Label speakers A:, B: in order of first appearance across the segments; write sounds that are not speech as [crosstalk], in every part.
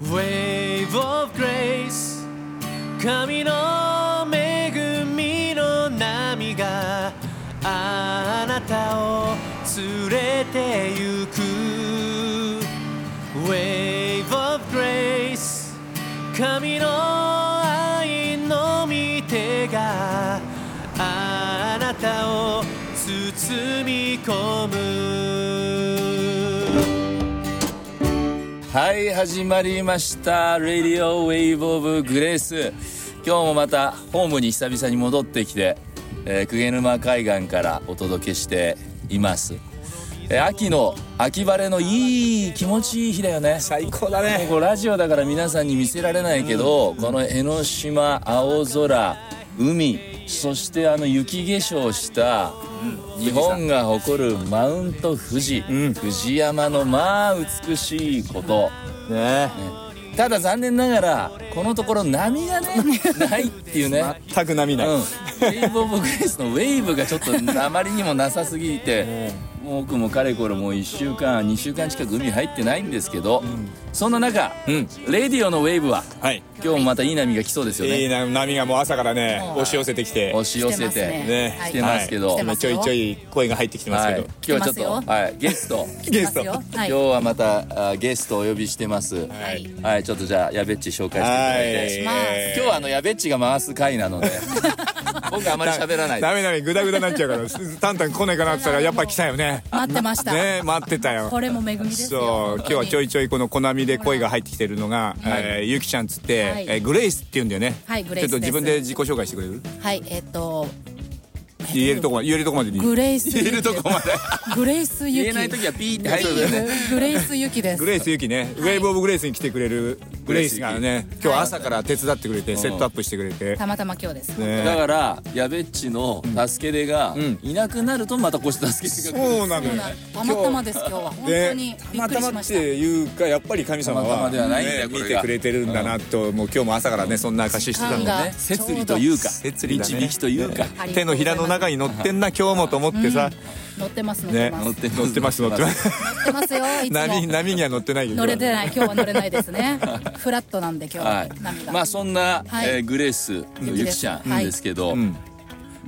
A: Wave of Grace 神の恵みの波があなたを連れて行く Wave of Grace 神の愛の御手があなたを包み込む
B: はい始まりました「Radio Wave of Grace」今日もまたホームに久々に戻ってきて、えー、鵠沼海岸からお届けしています、えー秋の秋晴れのいい気持ちいい日だよね
C: 最高だ
B: もう
C: ね
B: こうラジオだから皆さんに見せられないけど、この江ノ島青空海そしてあの雪化粧した日本が誇るマウント富士、富士山のまあ美しいこと
C: ね
B: ただ残念ながらこのところ波がねないってい
A: [laughs]
B: うね
C: 全く波ない、
B: うん、ウェイブ・オブ・グレースのウェーブがちょっとあまりにもなさすぎて、もう僕もかれこれもう1週間2週間近く海入ってないんですけど、そんな中、うん、レディオのウェーブは
C: はい
B: 今日もまたいい波が来そうですよ
C: い
B: ね、
C: いな波がもう朝からね押し寄せてきて
B: 押し寄せて
C: ね
B: 来てますけど、
D: 来て
C: も
D: ま
C: う
D: す
C: ちょ
D: よ
C: いちょい声が入ってきてますけど、
B: 今日はちょっと、はい、ゲスト、
C: ゲスト
D: は
B: 今
D: い
B: 日はまたあゲストをお呼びしてます、はい
C: はい
D: い
B: ちょっとじゃあやべっち紹介していただ
C: はい
B: て、
D: します
C: えー
B: 今日はあのやべっちが回す回なので僕あまり喋らないで
C: ダメダメグダグダになっちゃうからすタンタン来ねえかなって言ったらやっぱ来たよね
D: 待ってました。
C: ね待ってたよ
D: これも恵みです
C: そう
D: よ。
C: 今日はちょいちょいこの小波で声が入ってきてるのが、えーゆきちゃんっつって、
D: はい
C: えーグレイスって言うんだよね、
D: はいグレイス
C: ちょっと
D: です
C: 自分で自己紹介してくれる
D: はい、えっと、
C: 言えるとこまで言えるとこまでに
D: グレイスユ
B: 言
D: キ。
B: えるとこまで
D: グレイスユキ。
B: 言えない時はピーって入るんだよね
D: グレイスユキです。
C: グレイスゆきね、ウェーブ・オブ・グレイスに来てくれるグレイスがね今日朝から手伝ってくれて、セットアップしてくれて、
D: たまたま今日です。
C: ね
B: だからやべっちの助け出がいなくなるとまたこうして助け出が来る
C: そうなのよ
D: たまたまです今日は本当に
C: ね
D: びっくりしました。
C: いうかやっぱり神
B: たまたまではないんだよこれが
C: 見てくれてるんだなと、もう今日も朝からねそんな証ししてたの
D: 時間が
B: ね摂理というか
C: 摂理だね
B: 導きというか
D: ありがとうございます
C: 手のひらの中に乗ってんな今日もと思ってさ、
D: 乗ってます乗って
C: ね
D: ます。
B: 乗
D: 乗
B: っ
D: って
B: ます
C: 乗ってます乗ってます
D: てますよ。いつ
C: 波
D: も
C: 波には乗ってないけど
D: 乗れてない。今日は乗れないですね。フラットなんで今日
B: は
D: はい波が。
B: まあそんな
D: はい
B: えーグレースのゆきちゃん
D: はい
B: ですけど
C: ん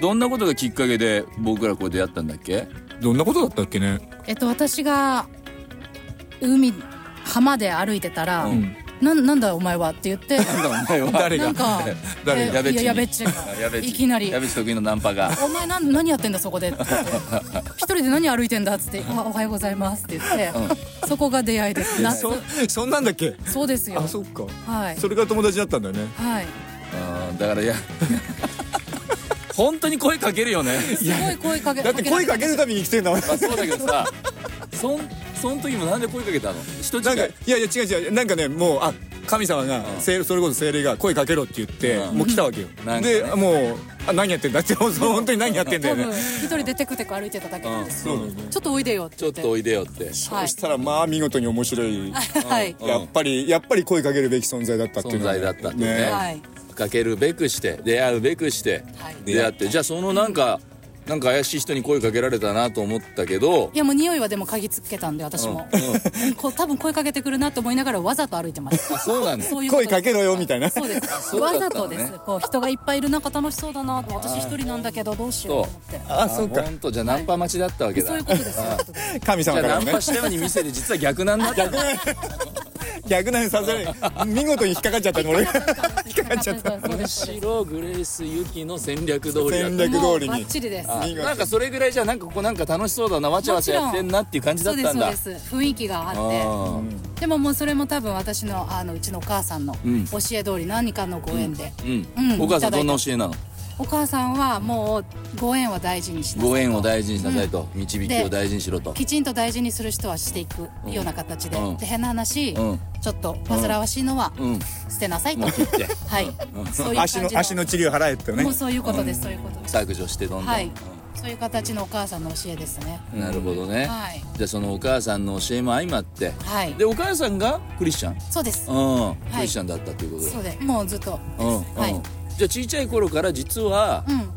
B: どんなことがきっかけで僕らこう出会ったんだっけ
C: どんなことだったっけね
D: えっと私が海浜で歩いてたら、なんなんだお前はって言って。
B: お前は
C: 誰
D: な
C: が
D: んか
C: 誰
D: え
B: やべっち
D: い
B: に
D: ややべっちが
B: やべっち
D: いきなり
B: やべっち得意のナンパが
D: 「お前なん何やってんだそこで」って言って「一人で何歩いてんだ」っつって「あおはようございます」って言って、そこが出会いです夏
C: そそんなんだっけ
D: そうですよ
C: あそっか、
D: はい
C: それが友達だったんだよね
D: はい
B: うんだからいや本当に声かけるよね
D: すごい声かけ
C: だって声かけるたびに来てんだも
B: [laughs]
C: ん
B: まあそうだけどさそんそん時もなんで声かけたの人違
C: なんか
B: い
C: いやいや違う違うなんかねもうあ神様がせいそれこそ精霊が声かけろって言って、
B: うん
C: もう来たわけよ、
B: なんかね
C: でもうあ何やってんだって [laughs] もうそう本当に何やってんだ
D: 多
C: よね
D: 分一人でテクテク歩いてただけなんです
C: そうだよね
D: ちょっとおいでよって
B: ちょ
D: 言
B: ってとおいでよって
D: はい
C: そしたらまあ見事に面白い
D: [laughs] はい
B: うん
C: やっぱりやっぱり声かけるべき存在だったっていう
B: 存
C: のが
B: 在だったっていうね
D: はい
B: かけるべくして出会うべくして
D: はい
B: 出会ってじゃあそのなんかなんか怪しい人に声かけられたなと思ったけど
D: いやもう匂いはでも嗅ぎつけたんで私も、こう多分声かけてくるなと思いながらわざと歩いてました
B: あそうなんだ
D: そういうこと
C: 声かけろよみたいな
D: そうです。
B: そうだ
D: わ
B: った
D: ざ
B: の
D: と
B: ね
D: です。こう人がいっぱいいる中楽しそうだなと私一人なんだけどどうしようと思って。
C: あそうか
B: 本当じゃあナンパ待ちだったわけだ
D: そういう
B: じ
D: ことです。そういうことです
C: 神様
B: ゃあ
C: から
B: ナ
C: の
B: ン
C: ね
B: パしたように見せて実は逆なんだったの
C: 逆なにさせない見事に引っかかっちゃったの俺が引っかかっちゃった
D: そう
B: む
D: です
B: しろグレース・ユキの戦略通りだっ
C: 戦
B: た
C: 略
D: も
C: 通
D: う
C: り
D: バッ
C: に
D: チリです。
C: 見事
B: なんかそれぐらいじゃあなんかここなんか楽しそうだなわちゃわちゃやってんなっていう感じだ
D: そ
B: っ
D: うです
B: たん
D: そう
B: だ
D: です。雰囲気があ
B: あ
D: って。でももうそれも多分私のあのうちのお母さんの
B: ん
D: 教え通り何かのご縁で。
B: ー
D: うん
B: うんお母さんどんな教えなの
D: お母さんはもうご縁は大事にしなさい
B: ご縁を大事にしなさいと導きを大事にしろと
D: きちんと大事にする人はしていくような形で、
B: うん
D: で変な話、
B: うん
D: ちょっと煩わしいのは
B: うん
D: 捨てなさいと、
B: もう切って
D: はい、そういう感じ
C: 足の足の治療払えってね
D: もうそういうことです、そういうことです。
B: 削除してどんどん、
D: はい、そういう形のお母さんの教えですね。
B: なるほどね、
D: はい
B: じゃあそのお母さんの教えも相まって
D: はい
B: で、お母さんがクリスチャン
D: そうです
B: う。ん、
D: い
B: クリスチャンだったということで
D: そうで、もうずっとで
B: う
D: す。
B: んうん
D: はい。
B: じゃあ小さい頃から実は
D: うん、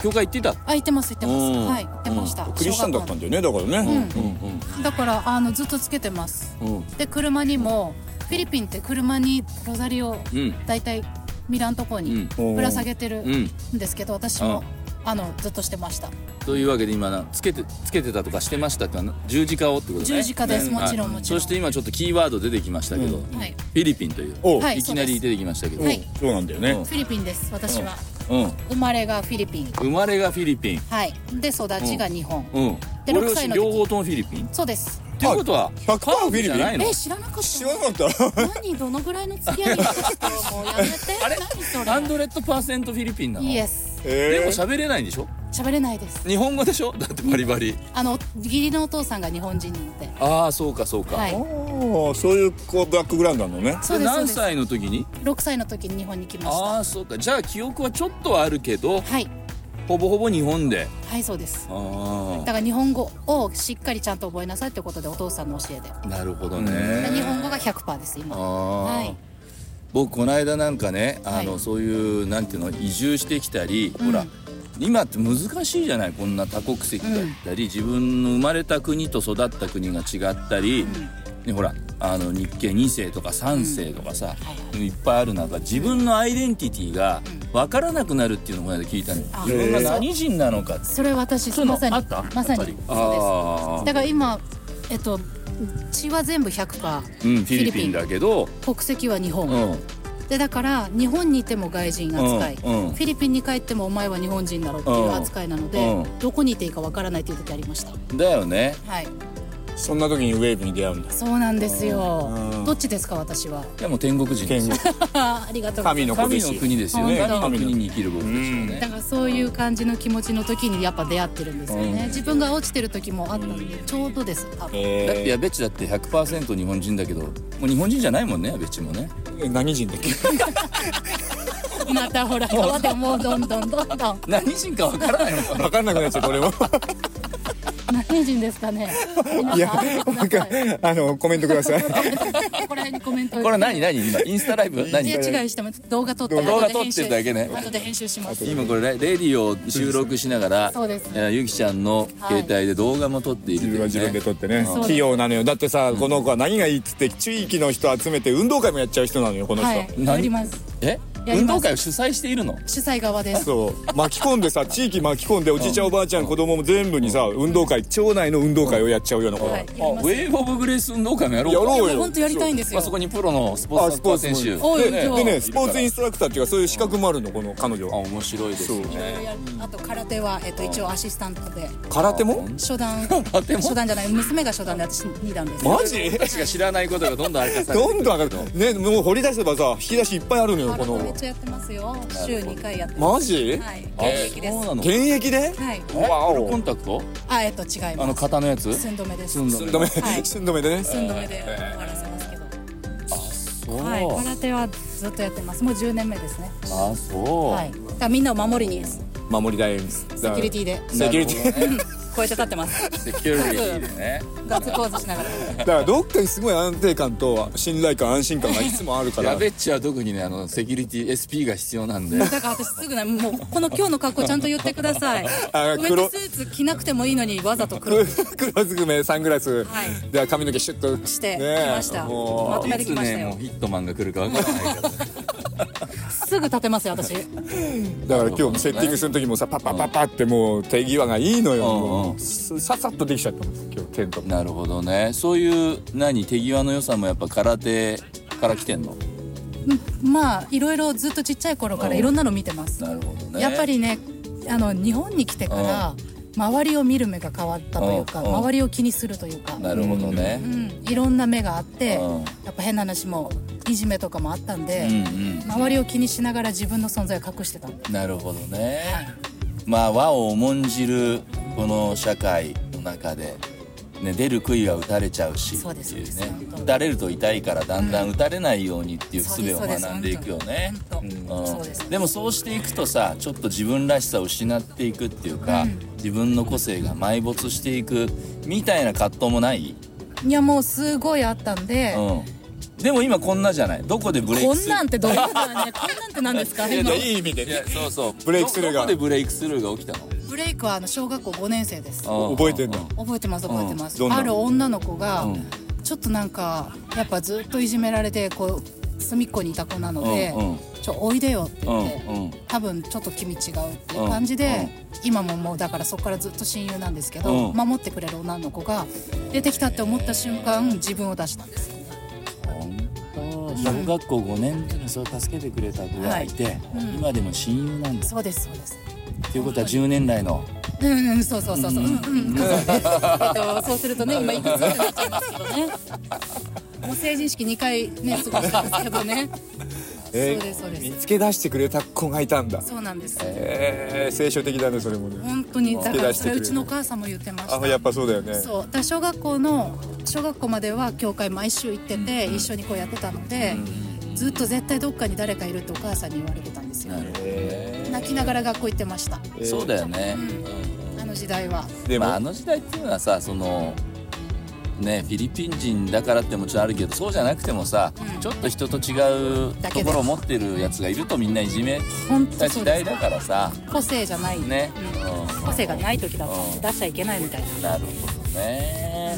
B: 教会行ってた、
D: あ、行ってます、行ってます。
B: うん
D: はい、行ってました。
C: クリスチャンだった
D: 小学
C: んだよねだからね、
B: うん
D: 校のだから、あの、ずっとつけてます。
B: うん
D: で、車にも。ィリピンって車にロザリオ
B: うん
D: 大体ミランとこに
C: うん
D: ぶら下げて
B: う
D: る
B: ん
D: んですけど私もあのずっとしてました
B: というわけで今なつけてつけてたとかしてましたかな十字架をってことね
D: 十字架です
B: ね
D: もちろん
B: はい
D: もちろん
B: そして今ちょっとキーワード出てきましたけど、フ
D: はい
B: ィリピンという
C: おう
D: はい
B: いきなり
D: そうで
B: 出てきましたけど、
D: はい
C: そうなんだよね
D: フィリピンです私は
B: うん
D: 生まれがフィリピン
B: 生まれがフィリピン
D: はいで育ちが日本
B: うん
D: で
B: 俺
D: 6歳の時
B: 両方ともフィリピンっ
D: そうです
B: ていうことは
C: 100%
B: 韓国じゃないの
D: え知らなかっ
C: 知ら
D: た
C: なかった
D: 何どのぐらいの付き合いだったのもうや
B: [laughs]
D: めて何そ
B: ハン
D: れ
B: ドレッドパーセントフィリピンなの
D: イエ
B: で
D: ス
C: え
B: も喋れないんでしょ
D: 喋れないです
B: 日本語でしょだ [laughs] ってバリバリ
D: あの義理のお父さんが日本人なので
B: ああそうかそうか、
D: は
C: あ
D: い
C: あそういうこうバックグラウンドなのね
D: そう
B: で
D: ですそう
B: 何
D: です
B: 歳の時に
D: 6歳の時に日本に来ました
B: ああそうかじゃあ記憶はちょっとはあるけど
D: はい
B: ほぼほぼ日本で
D: はいそうです
B: あ
D: だから日本語をしっかりちゃんと覚えなさいってことでお父さんの教えで
B: あなるほど
D: で
B: ね
D: 日本語が100%です今
B: ああ、
D: はい
B: 僕この間なんかねあの、
D: はい
B: そういうなんていうの移住してきたり、ほら今って難しいじゃないこんな多国籍だったり、自分の生まれた国と育った国が違ったり、ね、ほらあの日系2世とか3世とかさ、いっぱいある中自分のアイデンティティが分からなくなるっていうのをこの間聞いたの、
D: あ
B: 自分が何人なのかって
D: それ私
B: そういうの
D: まさに
B: あった
D: まさに
B: やっぱ
D: そうで
B: り
D: す
B: あー
D: だから今えっと血は全部100%
B: うん、フィリピンだけど、
D: 国籍は日本、
B: うん、
D: でだから日本にいても外人扱い、
B: うんうん
D: フィリピンに帰ってもお前は日本人だろっていう扱いなので、
B: うんうん
D: どこにいていいかわからないという時ありました
B: だよね
D: はい
C: そんな時にウェーブに出会うんだ
D: そうなんですよ
C: うん
D: どっちですか私は [laughs]
B: いやもう天国人ですよ
D: ありがとうござ
C: 神
D: い
C: の
D: ます
C: 子で
B: 神
C: す
B: の国ですよ
D: 本
B: ね
D: 当
B: 神の国に生きる僕ですよ
D: だ
B: ね
D: からそういう感じの気持ちの時にやっぱ出会ってるんですよね、
B: うん
D: 自分が落ちてる時もあったのでちょうどです
B: だ
D: 多分
B: って
C: え
B: やべっちだって100%日本人だけどもう日本人じゃないもんねやべっちもね
C: ー何人だっけ [laughs]
D: ま
B: [laughs]
D: たほらまたもうどんどんどんどん
B: 何人かわからない
C: [laughs]
B: もん
C: 分かんなくなっちゃった [laughs] 俺も
D: 何人ですかね
C: いやなんかあのコメントください
D: ここら辺にコメント
B: これ何何今インスタライブ [laughs] 何
D: 手違いしても動画撮って
B: 動画
D: 後で編集
B: 撮ってるだけね
D: 後で編集します
B: 今これレレディを収録しながら
D: そうです
B: えーゆきちゃんの携帯で動画も撮っていると
C: [laughs] 自
B: いうね
C: 分は自分で撮ってね
D: う
C: 器用なのよだってさこの子は何がいいっつって地域の人集めて運動会もやっちゃう人なのよこの
D: は
C: 人
D: いやります
B: え
D: やります
B: 運動会を主催しているの
D: 主催側です
C: そう巻き込んでさ地域巻き込んでおじいちゃんおばあちゃん子供も全部にさ運動会町内の運動会をやっちゃうような子
D: は
C: だ
D: い
B: あウェーブ・オブ・グレース運動会もやろうか
C: やろうよ
D: いや本当やりたいんです
B: ま
D: よ
B: あそこにプロのスポーツサッカー選手
C: あス
D: ポーツ
B: ね
D: おい今日
C: でねスポーツインストラクターっていうかそういう資格もあるのこの彼
B: あ
C: 女
B: 面白いですよね
D: あと空手は、えっと、一応アシスタントで
C: 空手も
D: 初段
B: 空手も
D: 初段じゃない娘が初段で私二段です
C: マジ
B: 私が知らないことがどんどん明かされて
C: どんどん上がるねもう掘り出せばさ引き出しいっぱいあるのよこ
D: 空手
C: の
D: めっちゃやってますよ週二回やってま
C: マ
D: す
C: ジ
D: はい現
B: え
D: 役
B: ー
D: です
B: そうなの
C: 現役で
D: はい
C: わ
B: えコ
C: お
B: ンタクト
D: あえっと違い
B: あ
D: ま
B: の
D: す
B: 型のやつ
D: 寸止めです
B: 寸止め
D: 寸
C: ダメ [laughs]
D: はい
C: 寸止めでね
D: 止めで終わらせますけど
B: そう、
D: はい空手はずっとやってますもう10年目ですね
B: あそう、
D: はいだからみんなを守りにセ
C: 守りたいんです
D: キュリティで
C: セキュリティ
B: ィ、 [laughs]
D: こうやって立ってます
B: セキュリテ [laughs] ィでね
D: ガッツポーズしながら
C: だからどっかにすごい安定感と信頼感安心感がいつもあるから
B: やべっちは特にねあのセキュリティ SP が必要なんで
D: だから私すぐなもうこの今日の格好ちゃんと言ってください
C: あ
D: ウエッ
C: 黒
D: トスーツ着なくてもいいのにわざと黒
C: [laughs] 黒
D: く
C: ずくめサングラス
D: はい
C: で髪の毛シュッと
D: して
C: ね
D: きました
C: も
D: まとめて
B: いつ
D: きました
B: ねもう
D: よ
B: ヒットマンが来るかわからないから
D: すぐ立てますよ私
C: うだから今日セッティングする時もさパッパッパッパってもう手際がいいのよ
B: うん
C: も
B: うん
C: うささっとできちゃったんです今日テントも
B: なるほどねそういう何手際の良さもやっぱ空手から来てんの
D: まあいろいろずっとちっちゃい頃からいろんなの見てます
B: なるほどね
D: やっぱりねあの日本に来てから周りを見る目が変わったというか
B: うんうん
D: 周りを気にするというか、
B: なるほどね
D: う、ん、いろんな目があって
B: うん
D: やっぱ変な話もいじめとかもあったんで、
B: うんうん
D: 周りを気にしながら自分の存在を隠してたんで
B: なるほどね、まあ和を重んじるこの社会の中で、ね、出る杭は打たれちゃうし
D: そうです
B: ってい
D: そう
B: ね
D: です本当
B: 打たれると痛いからだんだん打たれないようにっていう
D: そう
B: 術
D: です
B: を
D: そうです
B: 学んでいくよね
D: 本当
B: うん
D: そうです
B: でもそうしていくとさちょっと自分らしさを失っていくっていうか、自分の個性が埋没していくみたいな葛藤もない、
D: いやもうすごいあったんで、
B: うん、でも今こんなじゃないどこでブレイ
D: こ
B: ク
D: ん
B: する
D: なんってどういうことだねこんなんって何ですか
B: いや
D: 今
B: い
C: いい意味で
B: いや
C: ね
B: そうそう
C: ブレイクスルー
B: ど
C: が
B: どこでブレイクスルーが起きたの
D: ブレイクはあの小学校5年生です
B: あー
C: 覚えてんだ
D: 覚えてます覚えてます、
C: どんな
D: ある女の子が、
B: ん
D: ちちょっとなんかやっぱずっといじめられてこう隅っこにいた子なので「
B: うんうん
D: ちょおいでよ」って言って、
B: うんうん
D: 多分ちょっと君違うっていう感じで、今ももうだからそこからずっと親友なんですけど、
B: うん
D: 守ってくれる女の子が出てきたって思った瞬間自分を出したんですよね。
B: 小学校5年の時にそう助けてくれた子がいて、今でも親友なんです
D: そうですそうです
B: ということは10年来の
D: うんうんそうそうそうそううんうんそうですえっとそうするとね今いくつってなっちゃいますけどねもう成人式2回ね過ごしてますけどね
C: えー
D: そうですそうです
C: 見つけ出してくれた子がいたんだ
D: そうなんです
C: えー、聖書的だねそれもね
D: 本当にだからそれ
C: 突き出してくれる
D: うちのお母さんも言ってました
C: あやっぱそうだよね
D: そうだから小学校の小学校までは教会毎週行ってて、一緒にこうやってたので、ずっと絶対どっかに誰かいるってお母さんに言われてたんですよ、泣きながら学校行ってました
B: そうだよね、
D: あの時代は
C: でも、
B: まあ、あの時代っていうのはさそのねフィリピン人だからってもちろんあるけどそうじゃなくてもさ、ちょっと人と違う
D: だ
B: と
D: けで
B: ころを持ってるやつがいるとみんないじめ
D: 本当
B: た
D: そ
B: 時
D: うで
B: 代
D: す
B: だからさ
D: 個性じゃない、
B: ね、
D: うん個性がない時だったんで出しちゃいけないみたいな
B: うんなるほどね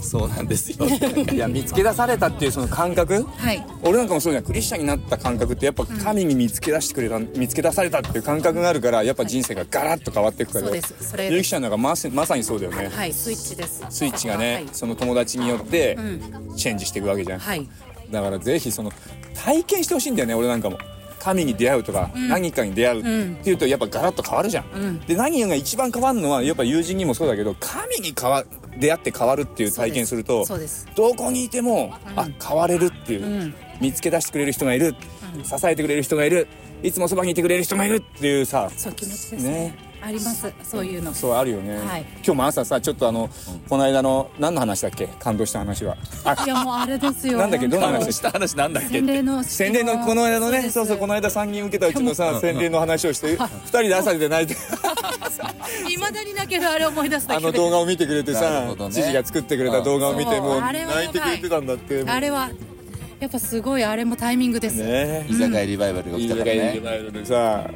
B: そうなんです [laughs] よ
C: いや見つけ出されたっていうその感覚
D: はい
C: 俺なんかもそうじゃんクリスチャンになった感覚ってやっぱ神に見つけ出してくれた、見つけ出されたっていう感覚があるからやっぱ人生がガラッと変わっていくから
D: そうですそれ
C: ゆきちゃんなんかまさまさにそうだよね、
D: はいスイッチです
C: スイッチがね、
D: はい
C: その友達によって
D: ん
C: チェンジしていくわけじゃん、
D: はい
C: だからぜひその体験してほしいんだよね俺なんかも神に出会うとか、何かに出会うっていうとやっぱガラッと変わるじゃん、で何が一番変わるのはやっぱ友人にもそうだけど神に変わ出会って変わるっていう体験すると
D: そうです
C: どこにいても、あ変われるっていう、
D: ん
C: 見つけ出してくれる人がいる、支えてくれる人がいるいつもそばにいてくれる人がいるっていうさ
D: そう気持ちですね
C: ね
D: ありますそういうの
C: そうあるよね、
D: はい
C: 今日も朝さちょっとあの、この間の何の話だっけ感動した話はあ
D: いやもうあれですよ
C: なんだっけどんな話でした
B: した話なんだっけ
D: 洗礼の
C: 洗礼のこの間のね
D: です
C: そうそうこの間3人受けたうちのさ洗礼の話をして2人で朝で泣いて
D: いまだに泣けるあれ思い出すだ
C: あ
D: けで
C: の動画を見てくれ
B: [laughs]
C: て
B: なる
C: さ
B: ほどね
C: 知事が作ってくれた動画を見
D: う
C: て
D: ん
C: もう
D: そうあれは
C: 泣いてくれてたんだっても
D: あれはやっぱすごいあれもタイミングです、
C: うね
B: 居酒屋リバイバルが
C: い
B: 起き
C: い
B: た
C: ね
B: から
C: いい
B: ね
C: ねさ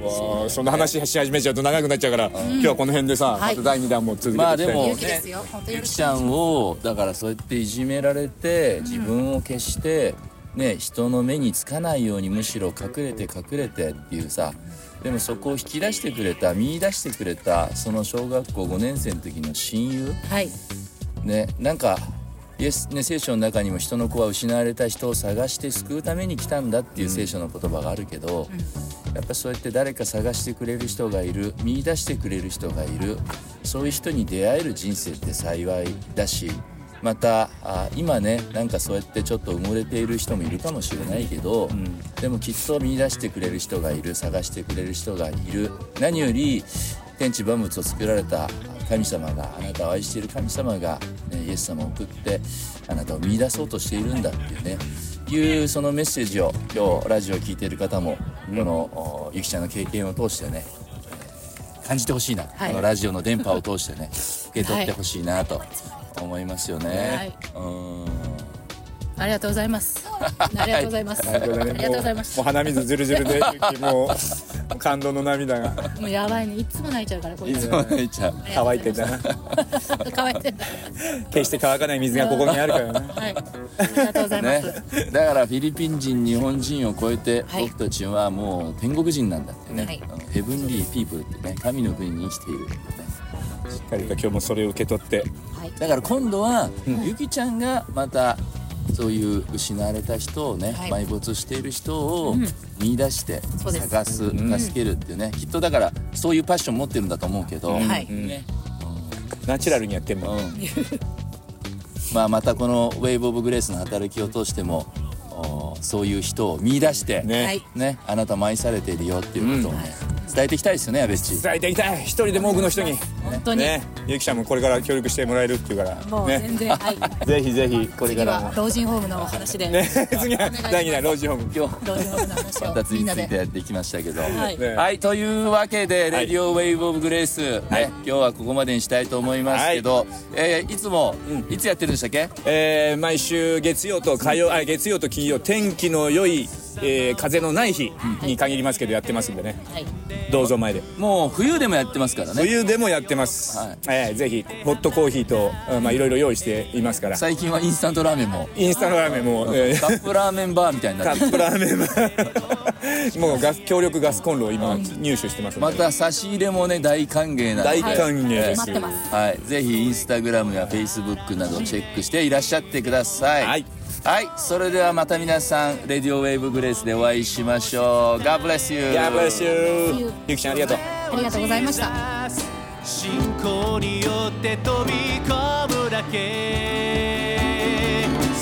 C: もうその話し始めちゃうと長くなっちゃうから今日はこの辺でさま
D: はい
C: た第2弾も続け
B: ま
C: て
B: あ
C: いき
B: で
C: たい
B: も
D: 勇気ですよ本当よ
B: ゆ
D: ろ
B: き
D: しく
B: ちゃんをだからそうやっていじめられて自分を消して、ね、人の目につかないようにむしろ隠れて隠れてっていうさでもそこを引き出してくれた見出してくれたその小学校5年生の時の親友
D: はい
B: ねなんかイエス、ね、聖書の中にも人の子は失われた人を探して救うために来たんだっていう聖書の言葉があるけど、やっぱそうやって誰か探してくれる人がいる見出してくれる人がいるそういう人に出会える人生って幸いだしまたあ今ねなんかそうやってちょっと埋もれている人もいるかもしれないけど、でもきっと見出してくれる人がいる探してくれる人がいる何より天地万物を作られた神様があなたを愛している神様が、ね、イエス様を送ってあなたを見出そうとしているんだっていうねいうそのメッセージを今日ラジオを聞いている方もこのおゆきちゃんの経験を通してねえー感じてほしいな、
D: はい
B: このラジオの電波を通してね受け取ってほしいなと思いますよね。うん
D: ありがとうございますありがとうござ
C: [laughs]
D: いますありがとうございま
C: も
D: す
C: う鼻水ずるずるでもう感動の涙が
D: もうやばいねいつも泣いちゃうからこいつ
B: 泣いちゃう
C: 乾いてんだな
D: [laughs] 乾いてんだ
C: 決して乾かない水がここにあるからな
D: はいありがとうございま
B: ね
D: す、、
B: だからフィリピン人日本人を超えて、
D: はい
B: 僕たちはもう天国人なんだってね、
D: はい
B: ヘブンリーピープルってね神の国に生きているってね
C: しっかりと今日もそれを受け取って
D: はい
B: だから今度は、ゆきちゃんがまたそういう失われた人をね、
D: はい
B: 埋没している人を見出して
D: そうです
B: 探す、助けるっていうねきっとだからそういうパッション持ってるんだと思うけど、
D: はい
B: ね
C: ナチュラルにやっても
B: まあ、またこの「ウェイブ・オブ・グレース」の働きを通してもおそういう人を見出して、
C: ね
D: はい
B: ね、あなたも愛されているよっていうことをね、伝えていきたいですよね、安倍っち。
C: 伝えていきたい一人でも多くの人に
D: 本当に、
C: ねゆきちゃんもこれから協力してもらえるっていうから
D: もう全
C: ね
D: 然、
C: [laughs]
D: はい
C: ぜひぜひこれ
D: 次
C: から
D: は
C: も
D: 老人ホームのお話で、
C: ね [laughs] 次は第2弾老人ホーム
B: 今日
D: 老人ホームの話
B: [laughs] また
D: を
B: 次
D: みん
B: につ
D: ないで
B: てやっていきましたけど。
D: はい
C: ね
B: はい、というわけで、
C: はい
B: レディオウェイブオブグレース、ね
C: はい
B: 今日はここまでにしたいと思いますけど、えーいつも、いつやってるんでしたっけ？
C: えー毎週月曜と火曜あ月曜と金曜天気の良いえー風のない日に限りますけどやってますんでね
E: はい
C: どうぞ前で
B: もう冬でもやってますからね
C: 冬でもやってます、
B: はい
C: えーぜひホットコーヒーとうんまあいろいろ用意していますから
B: 最近はインスタントラーメンも
C: インスタのラーメンも、えー
B: カップラーメンバーみたいにな
C: カ
B: って
C: ップラーメン [laughs] ももうガス強力ガスコンロを今入手してますの
B: ま
C: で、
B: た差し入れもね大歓迎なの
C: 大
B: で
C: 歓迎です、
E: 待ってます
B: はい、ぜひインスタグラムやフェイスブックなどチェックしていらっしゃってください
C: はい、
B: はいそれではまた皆さん「レディオウェーブグレース」でお会いしましょう God bless you
C: God bless you ゆきちゃんありがとう
E: ありがとうございました
A: 信仰によって飛び込むだけ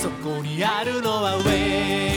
A: そこにあるのはウェイ